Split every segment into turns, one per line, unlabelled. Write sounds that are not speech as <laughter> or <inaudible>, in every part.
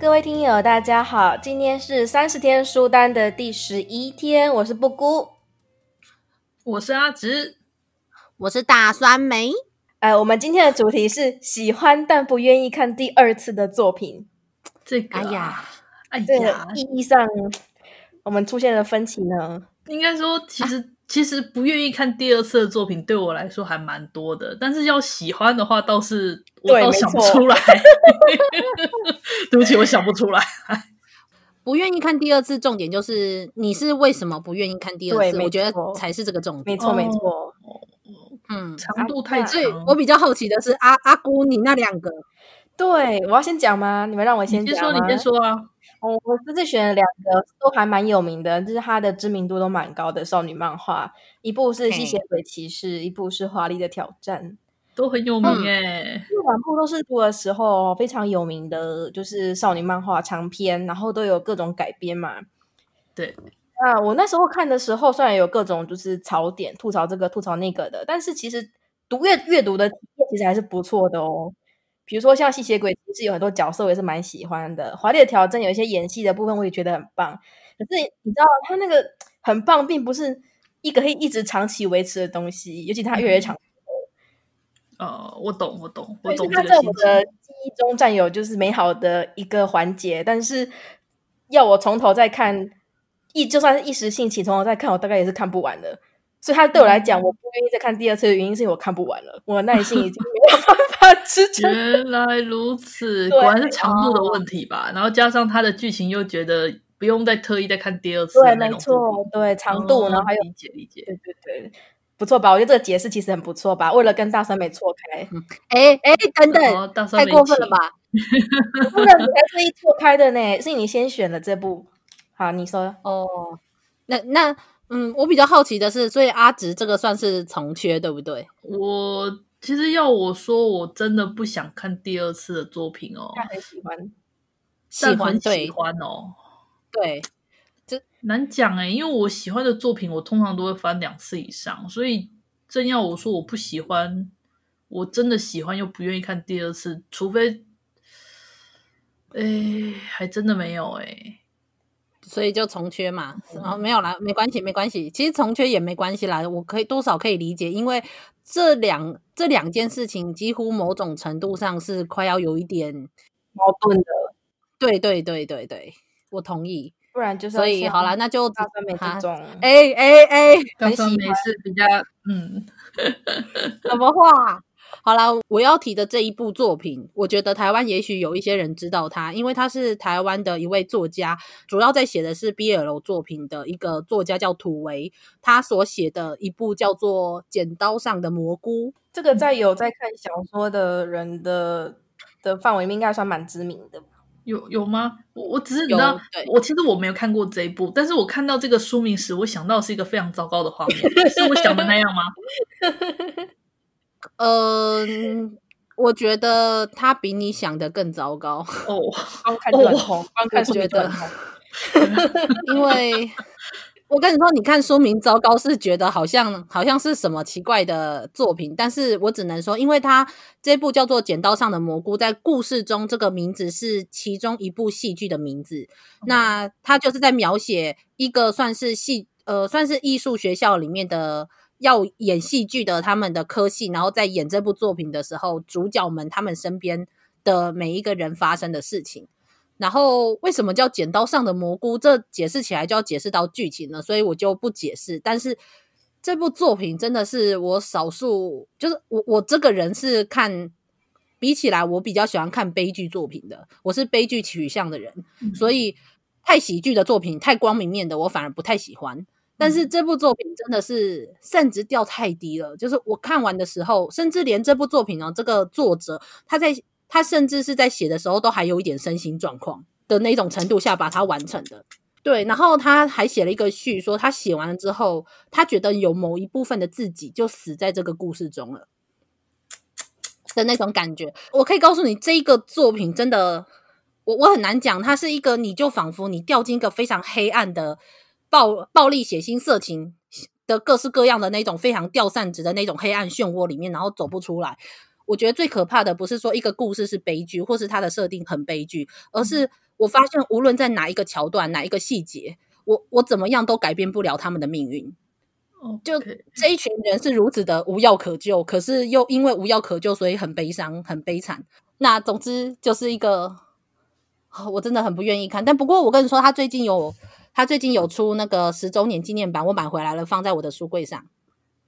各位听友，大家好，今天是三十天书单的第十一天，我是布姑。
我是阿直，
我是大酸梅，
呃，我们今天的主题是喜欢但不愿意看第二次的作品。
这个、
哎呀，
哎
这个
呀，
意义上，我们出现了分歧呢。
应该说，其
啊
实、其实不愿意看第二次的作品，对我来说还蛮多的。但是要喜欢的话，倒是我
对
倒
没
想不
错 <laughs>
出来。 <laughs> 对不起，我想不出来。
不愿意看第二次，重点就是你是为什么不愿意看第二
对
次？
没
我觉得
错
才是这个重点。
没错，
哦
没错，
嗯，
长度
啊
太
所
长
以，我比较好奇的是阿阿姑，你那两个
对，我要先讲吗？你们让我
你
先
先
讲
说，你
吗
先说啊。
我我这次选了两个都还蛮有名的，就是它的知名度都蛮高的少女漫画，一部是《吸血鬼骑士》，一部是《华丽的挑战》。
都很有名
嗯
哎、
这两部都是读的时候非常有名的，就是少女漫画长篇，然后都有各种改编嘛。
对，
那我那时候看的时候，虽然有各种就是槽点，吐槽这个吐槽那个的，但是其实读阅阅读的体验其实还是不错的哦。比如说像《吸血鬼》，其实有很多角色我也是蛮喜欢的，《华丽的挑战》有一些演戏的部分我也觉得很棒。可是你知道，他那个很棒，并不是一个可以一直长期维持的东西，尤其它越来越长
呃，我懂，我懂，我
对，是
懂
它
这
在
个
我
心情。
的记忆中占有就是美好的一个环节，但是要我从头再看，一就算是一时兴起从头再看，我大概也是看不完的。所以它对我来讲，我不愿意再看第二次的原因是因为我看不完了，我的耐心已经没有办法 <laughs> 支撑。
原来如此，
对嗯
果然是长度的问题吧。然后加上它的剧情，又觉得不用再特意再看第二次
对，
的那
没
种作
错
品，
对长度，
哦
然后还有
理解理解。
对对对，不错吧？我觉得这个解释其实很不错吧？为了跟大三美错开，
哎哎，等等，
然后大
太
三
过分了吧？
不然你还是一错开的呢，是你先选了这部。好，你说
哦，那那嗯，我比较好奇的是，所以阿直这个算是重缺，对不对？
我其实要我说，我真的不想看第二次的作品哦，
他很喜欢。
喜
但
欢
很
对
喜欢哦。
对，
难讲哎、因为我喜欢的作品，我通常都会翻两次以上，所以真要我说我不喜欢，我真的喜欢又不愿意看第二次，除非，哎、还真的没有哎、
所以就重缺嘛。然后没有啦，没关系，没关系。其实重缺也没关系啦，我可以多少可以理解，因为这两这两件事情几乎某种程度上是快要有一点，
矛盾的，
对对对对对，我同意。
不然就是
所以好
了。
啦，那就
大酸梅这
哈
种，
哎哎哎，
到
很
时候
喜
没事比较嗯，
什么话？ <laughs> 好啦，我要提的这一部作品，我觉得台湾也许有一些人知道他，因为他是台湾的一位作家，主要在写的是 BL 作品的一个作家叫土维，他所写的一部叫做《剪刀上的蘑菇》。
这个在有在看小说的人的的范围应该算蛮知名的。
有有吗？我我只是你
有
知道
对，
我其实我没有看过这一部，但是我看到这个书名时，我想到的是一个非常糟糕的画
<laughs>
面，是我想的那样吗？
嗯，我觉得他比你想的更糟糕，
哦，
光看就很
哦
红，光看书名就很红。
因为我跟你说，你看书名糟糕是觉得好像好像是什么奇怪的作品，但是我只能说，因为它这部叫做《剪刀上的蘑菇》，在故事中这个名字是其中一部戏剧的名字，那它就是在描写一个算是戏呃算是艺术学校里面的。要演戏剧的他们的科系，然后在演这部作品的时候，主角们他们身边的每一个人发生的事情。然后为什么叫剪刀上的蘑菇？这解释起来就要解释到剧情了，所以我就不解释。但是这部作品真的是我少数，就是我我这个人是看比起来，我比较喜欢看悲剧作品的，我是悲剧取向的人，
嗯
所以太喜剧的作品、太光明面的，我反而不太喜欢。但是这部作品真的是甚值掉太低了，就是我看完的时候，甚至连这部作品哦，这个作者他在他甚至是在写的时候都还有一点身心状况的那种程度下把它完成的。对，然后他还写了一个序，说他写完了之后，他觉得有某一部分的自己就死在这个故事中了的那种感觉。我可以告诉你，这一个作品真的，我我很难讲，它是一个你就仿佛你掉进一个非常黑暗的暴暴力、血腥、色情的各式各样的那种非常掉散值的那种黑暗漩涡里面，然后走不出来。我觉得最可怕的不是说一个故事是悲剧，或是它的设定很悲剧，而是我发现无论在哪一个桥段、哪一个细节，我我怎么样都改变不了他们的命运。就
OK
这一群人是如此的无药可救，可是又因为无药可救，所以很悲伤、很悲惨。那总之就是一个，啊我真的很不愿意看。但不过我跟你说，他最近有他最近有出那个十周年纪念版，我买回来了，放在我的书柜上，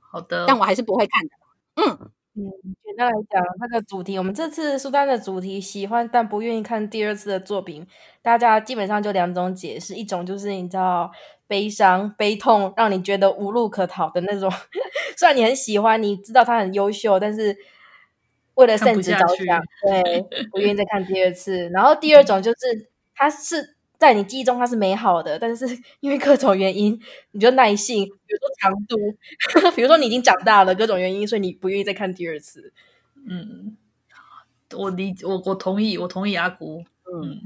好的，
但我还是不会看的。
简单来讲，那个主题，我们这次书单的主题，喜欢但不愿意看第二次的作品，大家基本上就两种解释，一种就是你知道悲伤、悲痛，让你觉得无路可逃的那种。 <laughs> 虽然你很喜欢，你知道他很优秀，但是为了
看
圣
不
旨
下
着
去 <laughs>
想，对，不愿意再看第二次。然后第二种就是，它是在你记忆中它是美好的，但是 <laughs> 因为各种原因，你就耐性，比如说长度， <laughs> 比如说你已经长大了，各种原因，所以你不愿意再看第二次。
嗯，我理我我同意，我同意阿姑。
嗯，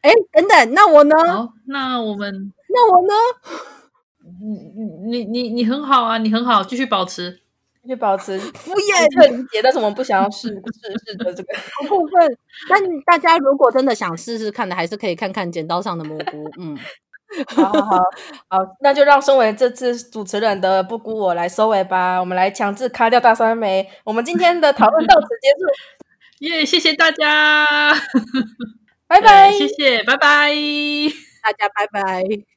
哎、等等，那我呢？
好，那我们嗯
那我呢？
你你你你很好啊，你很好，继续保持。
去保持敷
敷衍
这个理解，但是我们不想要试试试着这个。
好过分。但大家如果真的想试试看的，还是可以看看《剪刀上的蘑菇》。嗯，
好好好好，那就让身为这次主持人的布谷我来收尾吧。我们来强制卡掉大酸梅。我们今天的讨论到此结束，
耶、谢谢大家，
拜拜。
对谢谢，拜拜。
大家拜拜。